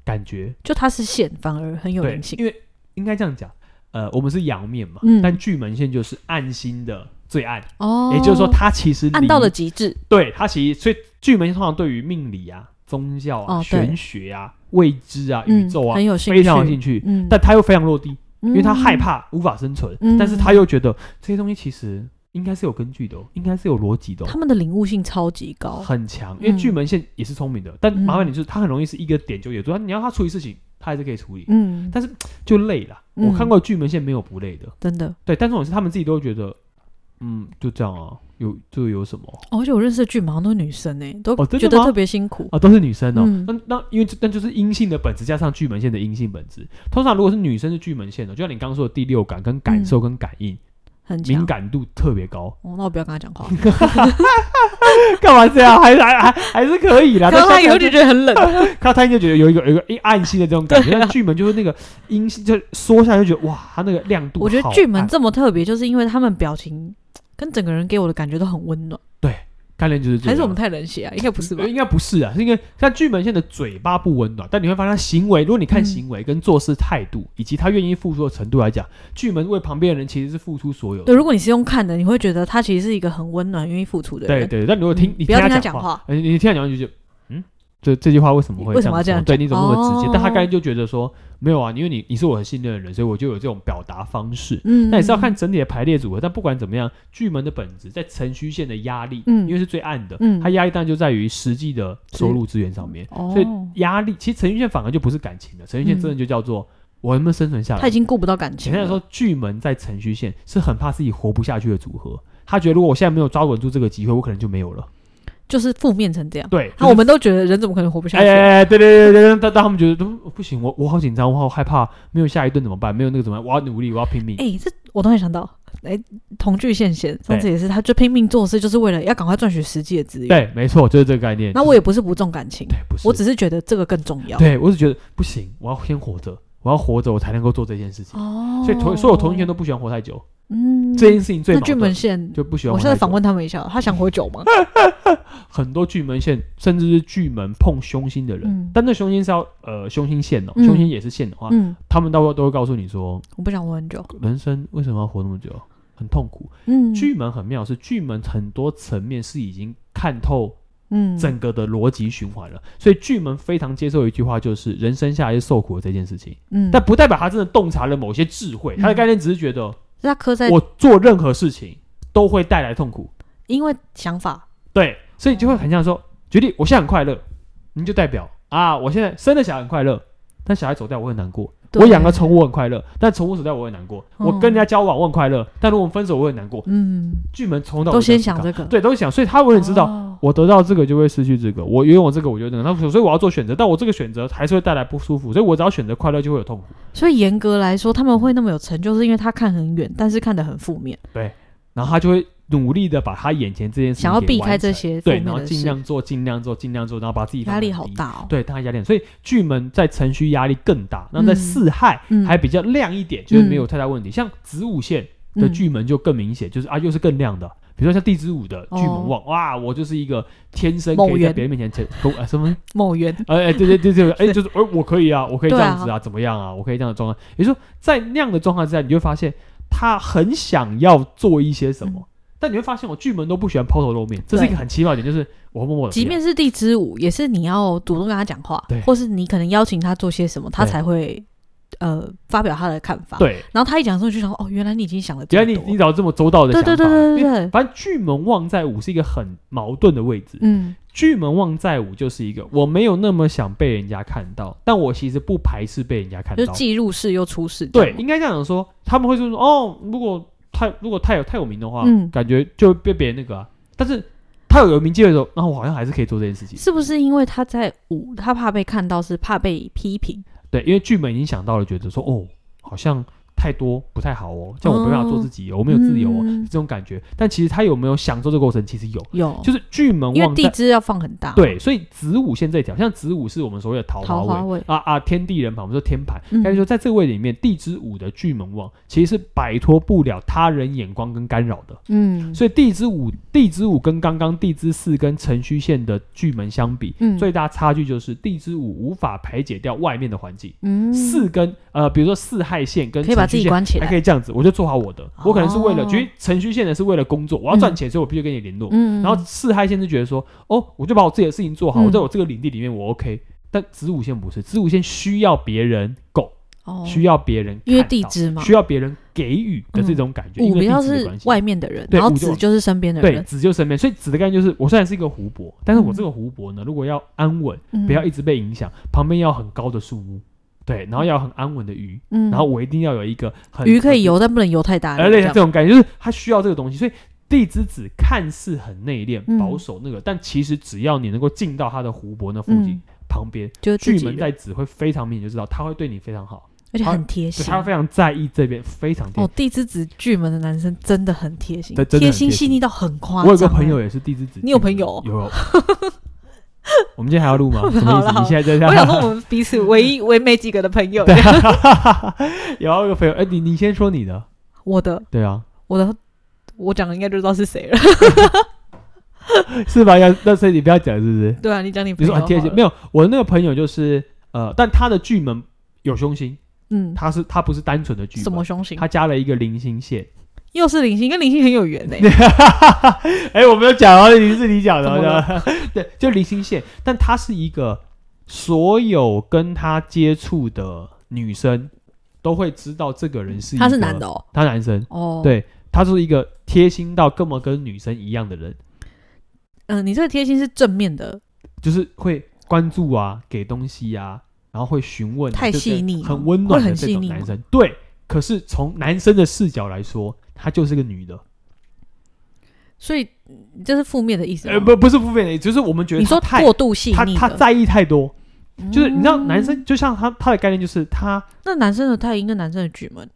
感觉，就它是线，反而很有对灵，性。因为应该这样讲，呃，我们是阳面嘛，嗯但巨门线就是暗心的最暗，哦，也就是说它其实按离到了极致，对他其实，所以巨门通常对于命理啊、宗教啊、哦对玄学啊、未知啊、嗯宇宙啊、很有兴趣，非常有兴趣，嗯，但他又非常落地，因因为他害，怕无法生存，嗯但是他又觉得这些东西其实应该是有根据的哦、应该是有逻辑的他哦、们的领悟性超级高，很强。因为嗯巨门线也是聪明的，但嗯麻烦你就是他很容易是一个点就也做，你要他处理事情，他还是可以处理，嗯，但就累了。嗯我看过巨门线没有不累的，真的。对，但这种事他们自己都会觉得，嗯，就这样啊，有就有什么。哦而且我认识的巨门好像都是女生诶、都哦真的觉得吗特别辛苦。啊，都是女生哦。嗯那那因为这那就是阴性的本质加上巨门线的阴性本质。通常如果是女生是巨门线哦的，就像你刚刚说的第六感、跟感受、跟感应、嗯很强。敏感度特别高哦，那我不要跟他讲话，干嘛这样？还还还还是可以啦。刚刚他但以后就觉得很冷。看他就觉得有一个有一个一暗性的这种感觉，但巨门就是那个阴性，就缩下来就觉得哇，他那个亮度好我暗。觉得巨门这么特别，就是因为他们表情跟整个人给我的感觉都很温暖，概念就是这样还是我们太冷血啊？应该不是吧呃？应该不是啊，是因为像巨门线的嘴巴不温暖，但你会发现他行为，如果你看嗯行为跟做事态度，以及他愿意付出的程度来讲，巨门为旁边的人其实是付出所有的对，。如果你是用看的，你会觉得他其实是一个很温暖、愿意付出的对人。对，但如果听、嗯你不要他听他讲讲话呃你你听他讲话就觉得，嗯，这这句话为什么会为什么要这样说对你怎么那么直接？哦但他刚才就觉得说，没有啊，因为你你是我很信任的人，所以我就有这种表达方式。嗯那也是要看整体的排列组合，但不管怎么样，巨门的本质在辰戌线的压力，嗯因为是最暗的，嗯它压力当然就在于实际的收入资源上面，哦所以压力其实辰戌线反而就不是感情了，辰戌线真的就叫做我能不能生存下来，他已经顾不到感情简单来了。说，巨门在程序线是很怕自己活不下去的组合。他觉得如果我现在没有抓稳住这个机会，我可能就没有了。就是负面成这样。对，啊那我们都觉得人怎么可能活不下哎去？哎哎，对对对对对，但但他们觉得都不行，我我好紧张，我好害怕，没有下一顿怎么办？没有那个怎么办？我要努力，我要拼命。哎，这我突然想到，哎，同居现贤上次对也是，他就拼命做事，就是为了要赶快赚取实际的资源。对，没错，就是这个概念。那我也不是不重感情就，是对，不是，我只是觉得这个更重要。对我只觉得不行，我要先活着，我要活着，我才能够做这件事情。哦，所以同所有同性圈都不喜欢活太久，嗯，这件事情最那矛巨盾门线就不喜欢我活现太久。在访问他们一下，他想活久 吗？很多巨门线，甚至是巨门碰凶星的人，嗯但那凶星是要呃凶星线哦，嗯凶星也是线的话，嗯，他们到时候都会告诉你说，我不想活很久。人生为什么要活那么久，很痛苦。嗯，巨门很妙，是巨门很多层面是已经看透嗯，整个的逻辑循环了。所以巨门非常接受一句话，就是人生下来是受苦的这件事情，嗯，但不代表他真的洞察了某些智慧，他的嗯概念只是觉得是他刻在，我做任何事情都会带来痛苦，因为想法，对，所以就嗯会很像说，举例，我现在很快乐，你就代表啊，我现在生了小孩很快乐，但小孩走掉我很难过。对我养个宠，物我很快乐，但宠物死掉我很难过。嗯我跟人家交往我很快乐，但如果我们分手我很难过。嗯，巨门从头到尾都先这想样思考这个，对，都是想，所以他永远知道。道，我得到这个就会失去这个，我拥有这个我就得那所以我要做选择，但我这个选择还是会带来不舒服，所以我只要选择快乐就会有痛苦。所以严格来说，他们会那么有成就，是因为他看很远，但是看得很负面，然后他就会努力的把他眼前这件事情想要给避完开这成些负对，面然后的尽事，量做，尽量做，尽量做，然后把自己放压力得很好低大哦，对，他压力很，所以巨门在程序压力更大，那在嗯四害嗯还比较亮一点，就是没有太大问题。像子午线的嗯巨门就更明显，就是啊，又是更亮的。比如说像地支午的巨门哦旺，哇，我就是一个天生某可以在人别人面前成功啊什么，某元，哎哎对对对对，哎就是哎我可以啊，我可以这对啊样子啊，怎么样啊，我可以这样的状态。也就是说，在那样的状况之下，你就会发现他很想要做一些什么嗯，但你会发现我巨门都不喜欢抛头露面，这是一个对很奇妙的点，就是我默默的。即便是地之舞，也是你要主动跟他讲话对，或是你可能邀请他做些什么，他对才会呃发表他的看法。，对，然后他一讲的时候，你就想说哦，原来你已经想了这原么来多，你你找这么周到的想对法，对对对因为对对，反正巨门旺在午是一个很矛盾的位置。嗯巨门旺在午就是一个我没有那么想被人家看到，但我其实不排斥被人家看就是到。既入世又出世。对，，应该这样讲说，他们会说哦，如果太如果太有太有名的话，嗯感觉就会被别人那个啊。但是他有有名气的时候，那我好像还是可以做这件事情。是不是因为他在舞，他怕被看到，是怕被批评？对，因为剧本已经想到了，觉得说哦，好像太多不太好哦，这样我没办法做自己哦，我没有自由哦，嗯这种感觉。但其实他有没有享受这个过程？其实有，有，就是巨门因为旺地在支要放很大。，对，所以子午线这一条，像子午是我们所谓的桃桃花花位。位，啊啊！天地人盘，我们说天盘，嗯但是说在这个位里面，地支午的巨门旺其实是摆脱不了他人眼光跟干扰的。嗯，所以地支午、地支午跟刚刚地支四跟辰戌线的巨门相比，嗯最大差距就是地支午无法排解掉外面的环境，嗯四跟呃，比如说四害线跟可以把辰自戌己线。关起还来可。以这样子，我就做好我的。我可能是为了，哦举例程序线的是为了工作，我要赚钱，所以我必须跟你联络。嗯，然后四害线是觉得说，哦，我就把我自己的事情做好，嗯我在我这个领地里面我 OK。但子午线不是，子午线需要别人够，哦，需要别人因为看地到支嘛需，要别人给予的这种感觉，因舞为比地较支的是关系。外面的人，对然后五就子就是身边的对，人。子就身边，所以子的概念就是，我虽然是一个湖泊，但是我嗯这个湖泊呢，如果要安稳，嗯不要一直被影响，旁边要很高的树木，对，然后要很安稳的鱼，嗯然后我一定要有一个很鱼可以，游，但不能游太大力。而类似这这样种感觉，就是它需要这个东西，所以。地之子看似很内敛、嗯保守那个，但其实只要你能够进到它的湖泊那附近、嗯旁边，就是自巨己门人在子会非常明显就知道，他会对你非常好，而且它很贴对，心他。会非常在意这边，非常贴哦，地之子巨门的男生真的很贴心对，真的贴很心贴心细腻到很夸张。欸我有个朋友，也是地之子，你有朋友有。 我们今天还要录吗？ 什好么意 了思？好你现在在这我想样？说我们彼此唯一唯没几个的朋 友。有啊，我有 个朋友，哎，你你先说你的，我的对啊，我的我讲的应该就知道是 谁了。是吧？要那所以你不要讲，是不是？对啊，你讲你你朋友说很贴好心，了没有，我那个朋友就是呃，但他的巨门有凶星，嗯，他是他不是单纯的巨什么门，凶星？他加了一个零星线。又是林星，跟林星很有缘欸呢。 哎，我没有讲哦，你是你讲的怎么哦， 对，就零星线，但他是一个所有跟他接触的女生都会知道这个人是一他是个男的哦。他男生，哦，对他就是一个贴心到根本跟女生一样的人，嗯，你这个贴心是正面的，就是会关注啊，给东西啊，然后会询问啊、太就是细腻吗很温暖会的很这细种腻吗男生。对，可是从男生的视角来说，他就是个女的，所以嗯这是负面的意思吗。呃，不不是负面的，就是我们觉得你说他太过度细他腻他的在意太多，就是你知道嗯男生就像他他的概念就是他那男生的太阴跟男生的巨门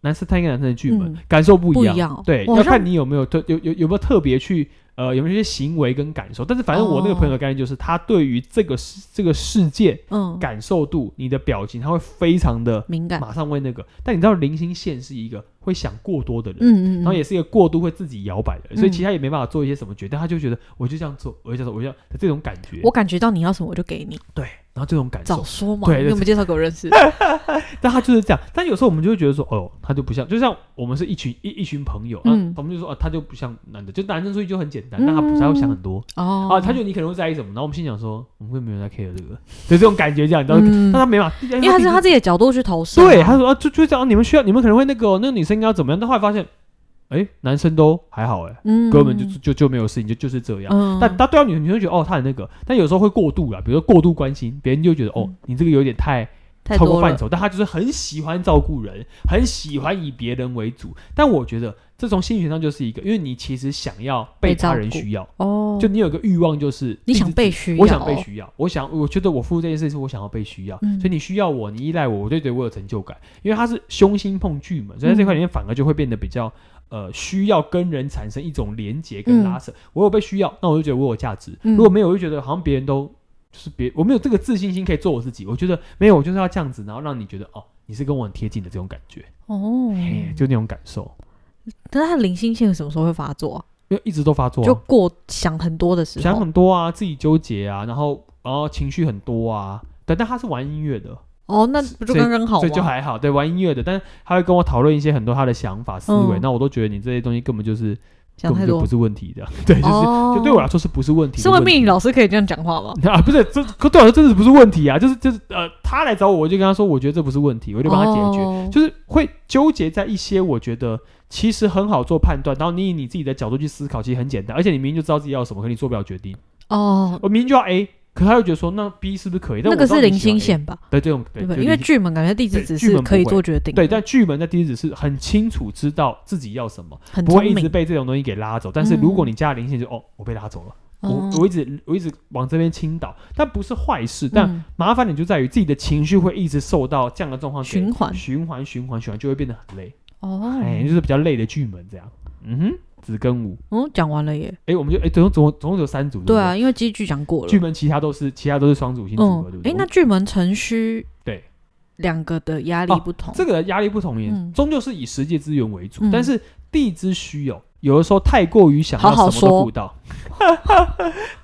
男生他跟男生的剧本、嗯感受不一不样一，样哦，对，我要好像看你有没有特有有有没有特别去呃有没有一些行为跟感受，但是反正我哦那个朋友的概念就是，他对于这个世这个世界嗯感受度，你的表情他会非常的敏感，马上为那个。但你知道零星线是一个会想过多的人，嗯嗯，然后也是一个过度会自己摇摆的人，嗯所以其实他也没办法做一些什么决定，他就觉得我就这样做，我就这样做，我就这样这种感觉，我感觉到你要什么我就给你，对，然后这种感早受，说嘛，对对你有没有介绍给我认 识？但他就是这样。但有时候我们就会觉得说，哦，他就不像，就像我们是一群一一群朋友，啊嗯我们就说，啊，他就不像男的，就男生出去就很简单，但他不嗯他会想很多哦啊，他觉得你可能会在意什么，然后我们心想说，我们会没有人在 care 这个， 对这种感觉这样，你知道吗？嗯但他没法，因因为他是他自己的角度去投射啊，对，他说啊，就就这样，你们需要，你们可能会那个哦、那个女生应该要怎么样？但后来发现，哎，男生都还好，哎，嗯根本就就就没有事情，就就是这样。嗯但但对到女生，你会觉得哦，他很那个，但有时候会过度啦，啊比如说过度关心，别人就觉得哦嗯，你这个有点太太超过多范了，畴，但他就是很喜欢照顾人，很喜欢以别人为主。但我觉得这从心理学上就是一个，因为你其实想要被被照他人顾需要，哦，就你有个欲望，就是你一想直被需要，哦我想被需要，我想我觉得我付出这件事是我想要被需要，嗯所以你需要我，你依赖我，我就觉得我有成就感，因为它是胸心碰巨门，所以在嗯这块里面反而就会变得比较呃需要跟人产生一种连结跟拉扯。我有被需要，那我就觉得我有价值；嗯如果没有，我就觉得好像别人都就是别我没有这个自信心可以做我自己。我觉得没有，我就是要这样子，然后让你觉得哦。你是跟我很贴近的这种感觉，哦。嘿，就那种感受，但是他零星线什么时候会发作啊？因为一直都发作啊、就过想很多的时想候很多啊，自己纠结啊，然后然后情绪很多啊，但但他是玩音乐的，哦，那不就所以刚刚好所以就吗？还好，对，玩音乐的，但是他会跟我讨论一些很多他的想法、思维，嗯那我都觉得你这些东西根本就是想根太本就多不，是问题的， 对，就是、哦，就对我来说是不是问题的身为问题？命理老师可以这样讲话吗？ 啊，不是，这可对我来说真的不是问题啊，就是就是呃，他来找我，我就跟他说，我觉得这不是问题，我就帮他解决，哦就是会纠结在一些我觉得其实很好做判断，然后你以你自己的角度去思考，其实很简单，而且你明明就知道自己要什么，可你做不了决定，哦，我明明就要 A，可他又觉得说那 B 是不是可以？那但我个知道是你零喜欢星 A，线吧？对，这种对对吧？就因为零星剧本感觉地址对只剧是本不可以会做决定的，对，但巨门在第一只是很清楚知道自己要什么，很不会一聪明直。被这种东西给拉走。但是如果嗯你加了零线就，哦，我被拉走了，哦我我一直我一直往这边倾倒，但不是坏事。但嗯麻烦点就在于自己的情绪会一直受到这样的状况给循环循环、循环、循环，就会变得很累。哦，哎，就是比较累的巨门这样。嗯哼，子跟午，嗯，讲完了耶。哎，我们就哎总总总共只有三组，对不啊，。因为基剧讲过巨了。门其他都是其他都是双主星组合，对嗯不，对？哎，那巨门辰戌对两个的压力哦不同，这个压力不同也，嗯终究是以实际资源为主，嗯但是地之虚有，有的时候太过于想好好要什么都说顾到。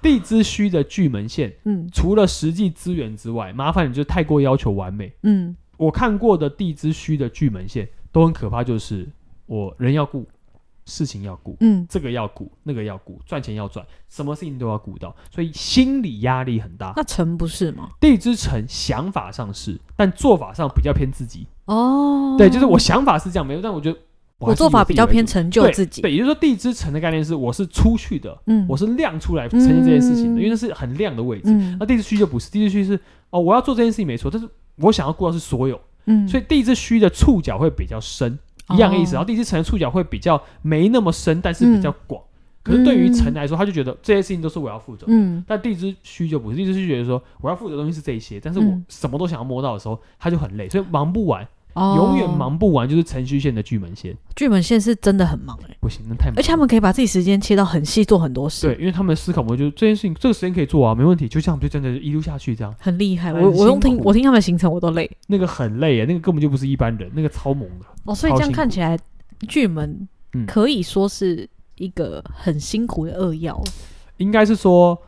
地之虚的巨门线，嗯除了实际资源之外，麻烦你就太过要求完美。嗯我看过的地之虚的巨门线都很可怕，就是我人要顾，事情要顾。嗯，这个要顾，那个要顾，赚钱要赚，什么事情都要顾到，所以心理压力很大。那辰不是吗？地之城想法上是，但做法上比较偏自己。哦，对，就是我想法是这样，没有，但我觉得我做法比较偏成成就自己，对，也就是说，地之城的概念是我是出去的，嗯，我是亮出来呈现这件事情嗯的，因为那是很亮的啊位置。嗯那地之虚就不是，地之虚是哦，我要做这件事情没错，但是我想要顾到是所有，嗯，所以地之虚的触角会比较深，一样的意思。然后哦地之城的触角会比较没那么深，但是比较广。可是对于城来说，他就觉得这些事情都是我要负责的。嗯但地之虚就不是，地之虚觉得说我要负责的东西是这一些，但是我嗯什么都想要摸到的时候，他就很累，所以忙不完。哦，嗯永远忙不完，就是程序线的巨门线，剧本线是真的很忙哎、不行，那太忙了而且他们可以把自己时间切到很细，做很多事，对，，因为他们的思考模式就是这件事情，这个时间可以做啊，没问题，就这样，就真的一路下去这样，很厉害。很我我用辛听苦我听他们的行程我都累那个很累耶，那个根本就不是一般人，那个超猛的，哦，所以这超辛样苦看起来，剧门嗯可以说是一个很辛苦的扼要。应该是说，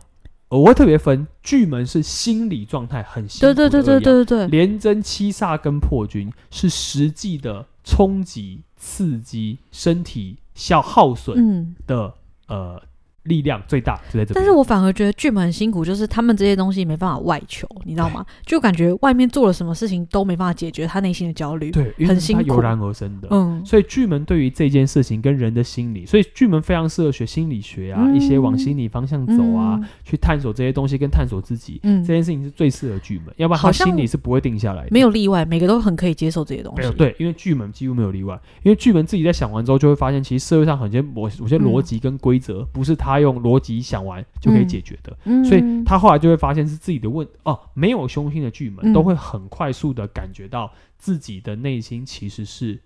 呃我会特别分巨门是心理状态很辛对苦的啊对对对二爻，对对对，连贞七煞跟破军是实际的冲击、刺激、身体消耗损嗯。的、呃力量最大就在这边，但是我反而觉得剧本很辛苦，就是他们这些东西没办法外求，你知道吗？就感觉外面做了什么事情都没办法解决他内心的焦虑。对，因为很它辛油苦然而生的，嗯，所以巨门对于这件事情跟人的心理，所以巨门非常适合学心理学啊，嗯一些往心理方向走啊，嗯去探索这些东西跟探索自己，嗯这件事情是最适合巨门，要不然他好像心里是不会定下来的。没有例外，每个都很可以接受这些东没西有。对，因为巨门几乎没有例外，因为巨门自己在想完之后，就会发现其实社会上很些某有些嗯逻辑跟规则，不是他用逻辑想完就可以嗯解决的。嗯，所以他后来就会发现是自己的问哦，没有凶星的巨门、嗯都会很快速的感觉到自己的内心其实是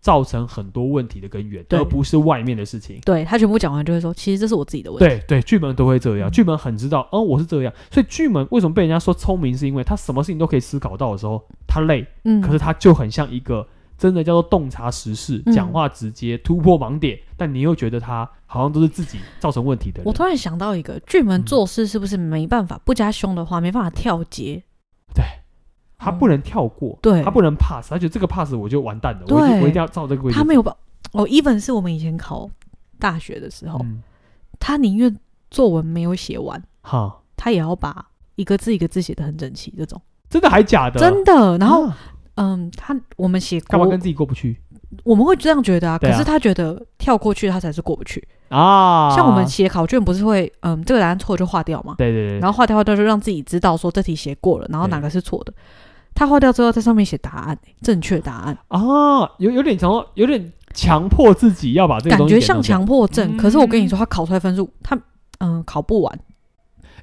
造成很多问题的根源，对而不是外面的事情。对他全部讲完就会说，其实这是我自己的问题。对对，巨门都会嗯这样，巨门很知道，哦，我是这样，所以巨门为什么被人家说聪明，是因为他什么事情都可以思考到的时候，他累，嗯，可是他就很像一个真的叫做洞察时事，嗯讲话直接，突破盲点，但你又觉得他好像都是自己造成问题的人我，突然想到一个，巨门嗯做事是不是没办法不加凶的话，没办法跳节？他不能跳过，嗯对他不能 pass，他觉得这个 pass 我就完蛋了，我一定对我一定要照这个规矩。他没有把哦，even 是我们以前考大学的时候，嗯他宁愿作文没有写完，哈，他也要把一个字一个字写的很整齐，这种真的还假的？真的。然后，啊嗯，他我们写干嘛国，跟自己过不去我们会这样觉得啊。对可啊是他觉得跳过去他才是过不去。啊？像我们写考卷不是会，嗯，这个答案错就划掉嘛，对对对，然后划掉划掉就让自己知道说这题写过了，然后哪对个是错的。他划掉之后，在上面写答案，正确答案，啊，有有点强，有点强迫自己要把这个感东西觉给弄像掉，强迫症。嗯可是我跟你说，他考出来分数，他嗯考不完，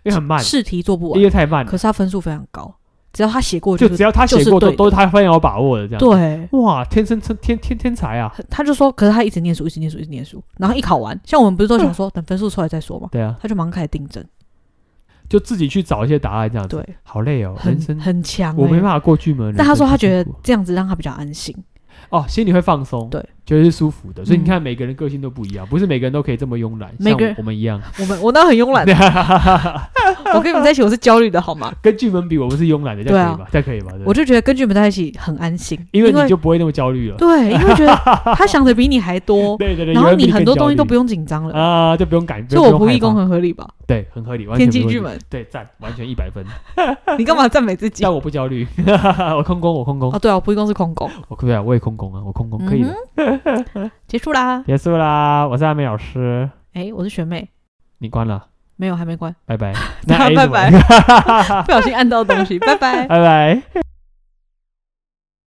因为很慢，试题做不因完，为太慢了可，是他分数非常高，只要他写过就就是只要他写过就都是对的都是他非常有把握的这样。，对。哇，天生天天天天才啊！他就说，可是他一直念书，一直念书，一直念书，然后一考完，像我们不是都嗯想说等分数出来再说嘛，对啊，他就马上开始订正，就自己去找一些答案这样子，对，好累哦，很人生很强、欸。我没办法过巨门。但他说他觉人得生太辛苦这样子让他比较安心，哦，心里会放松，对，觉得是舒服的。所以你嗯看，每个人个性都不一样，不是每个人都可以这么慵懒，每像个人我们一样。我们我那很慵懒，啊 我跟你们在一起我是焦虑的好吗？跟巨门比，我们是慵懒的，这样可以吧？这样可以吧？对啊我就觉得跟你们在一起很安心，因为为你就不会那么焦虑了。对，因为觉 得他想的比你还多，对对对，然后有人比你很多更东西都焦不虑用紧张了，啊，就不用赶，所以用我不害义工怕很合理吧？对，很合理，完全天没气问巨题门，对赞，完全一百 分。你干嘛赞美自 己？但我不焦虑，我空工，我空工哦，，对啊，我不义工是空工，我对啊，我也空工啊，我空工可以的嗯，结束啦。结束啦，我是阿美老师，哎，我是学妹，你关了，没有还没关，，拜拜 那 A 怎么拜拜办不小心按到东西，拜拜。拜拜。